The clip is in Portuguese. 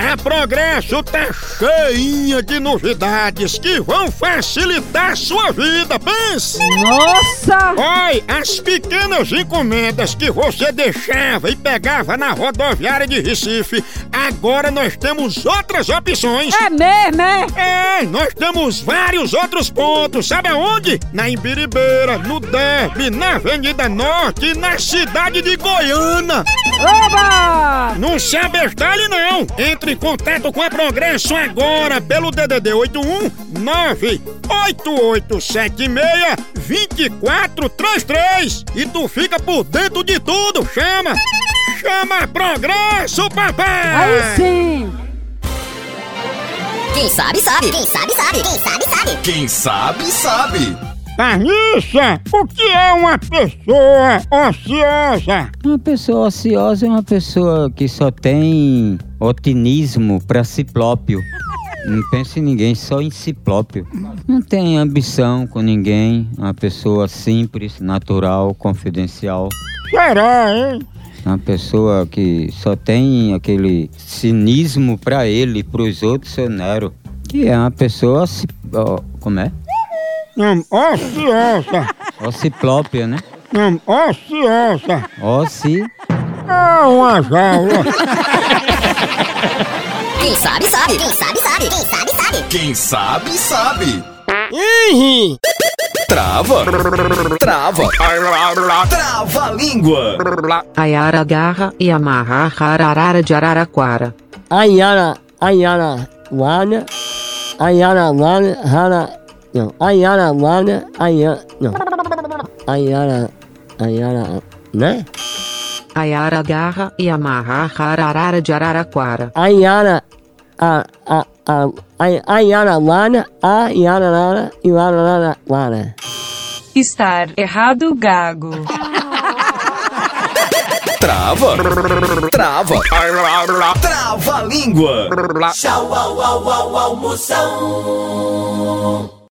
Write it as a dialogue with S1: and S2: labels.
S1: É Progresso tá cheinha de novidades que vão facilitar sua vida, pense!
S2: Nossa!
S1: Oi, as pequenas encomendas que você deixava e pegava na rodoviária de Recife, agora nós temos outras opções.
S2: É mesmo, é?
S1: É, nós temos vários outros pontos, sabe aonde? Na Imbiribeira, no Derby, na Avenida Norte e na cidade de Goiânia.
S2: Oba!
S1: Não se abestalhe não! Entre em contato com a Progresso agora pelo DDD 81 98876 2433 e tu fica por dentro de tudo! Chama! Chama a Progresso, papai!
S2: Aí sim!
S3: Quem sabe, sabe. Quem sabe, sabe. Quem sabe, sabe.
S4: Quem sabe, sabe.
S1: Carniça, o que é uma pessoa ociosa?
S5: Uma pessoa ociosa é uma pessoa que só tem otimismo pra si próprio. Não pensa em ninguém, só em si próprio. Não tem ambição com ninguém. Uma pessoa simples, natural, confidencial.
S1: Será, hein?
S5: Uma pessoa que só tem aquele cinismo pra ele, pros outros, seu Nero. Que é uma pessoa. oci- ó, Como é?
S1: Não, Hum, ociosa,
S5: Ociprópia, né?
S1: não, ociosa.
S5: Oci.
S1: É uma jaula.
S3: Quem sabe, sabe. Quem sabe, sabe. Quem sabe, sabe.
S4: Quem sabe, sabe. Trava. Trava. Trava a língua.
S6: Ayara garra e amarra ararara de Araraquara.
S7: Ayana, Ayana Lana, Ayana Lana, Hana, não, Ayana Lana, Ayana, não, Ayana, Ayana, né?
S6: Ayara garra e amarra ararara de Araraquara.
S7: Ayana, a, a, a, Ay- Ayana Lana, Ayana Lana, Ayana Lana, Lana.
S8: Estar errado, gago.
S4: Trava. Trava. Trava a língua. Tchau, au, au, au, almoção.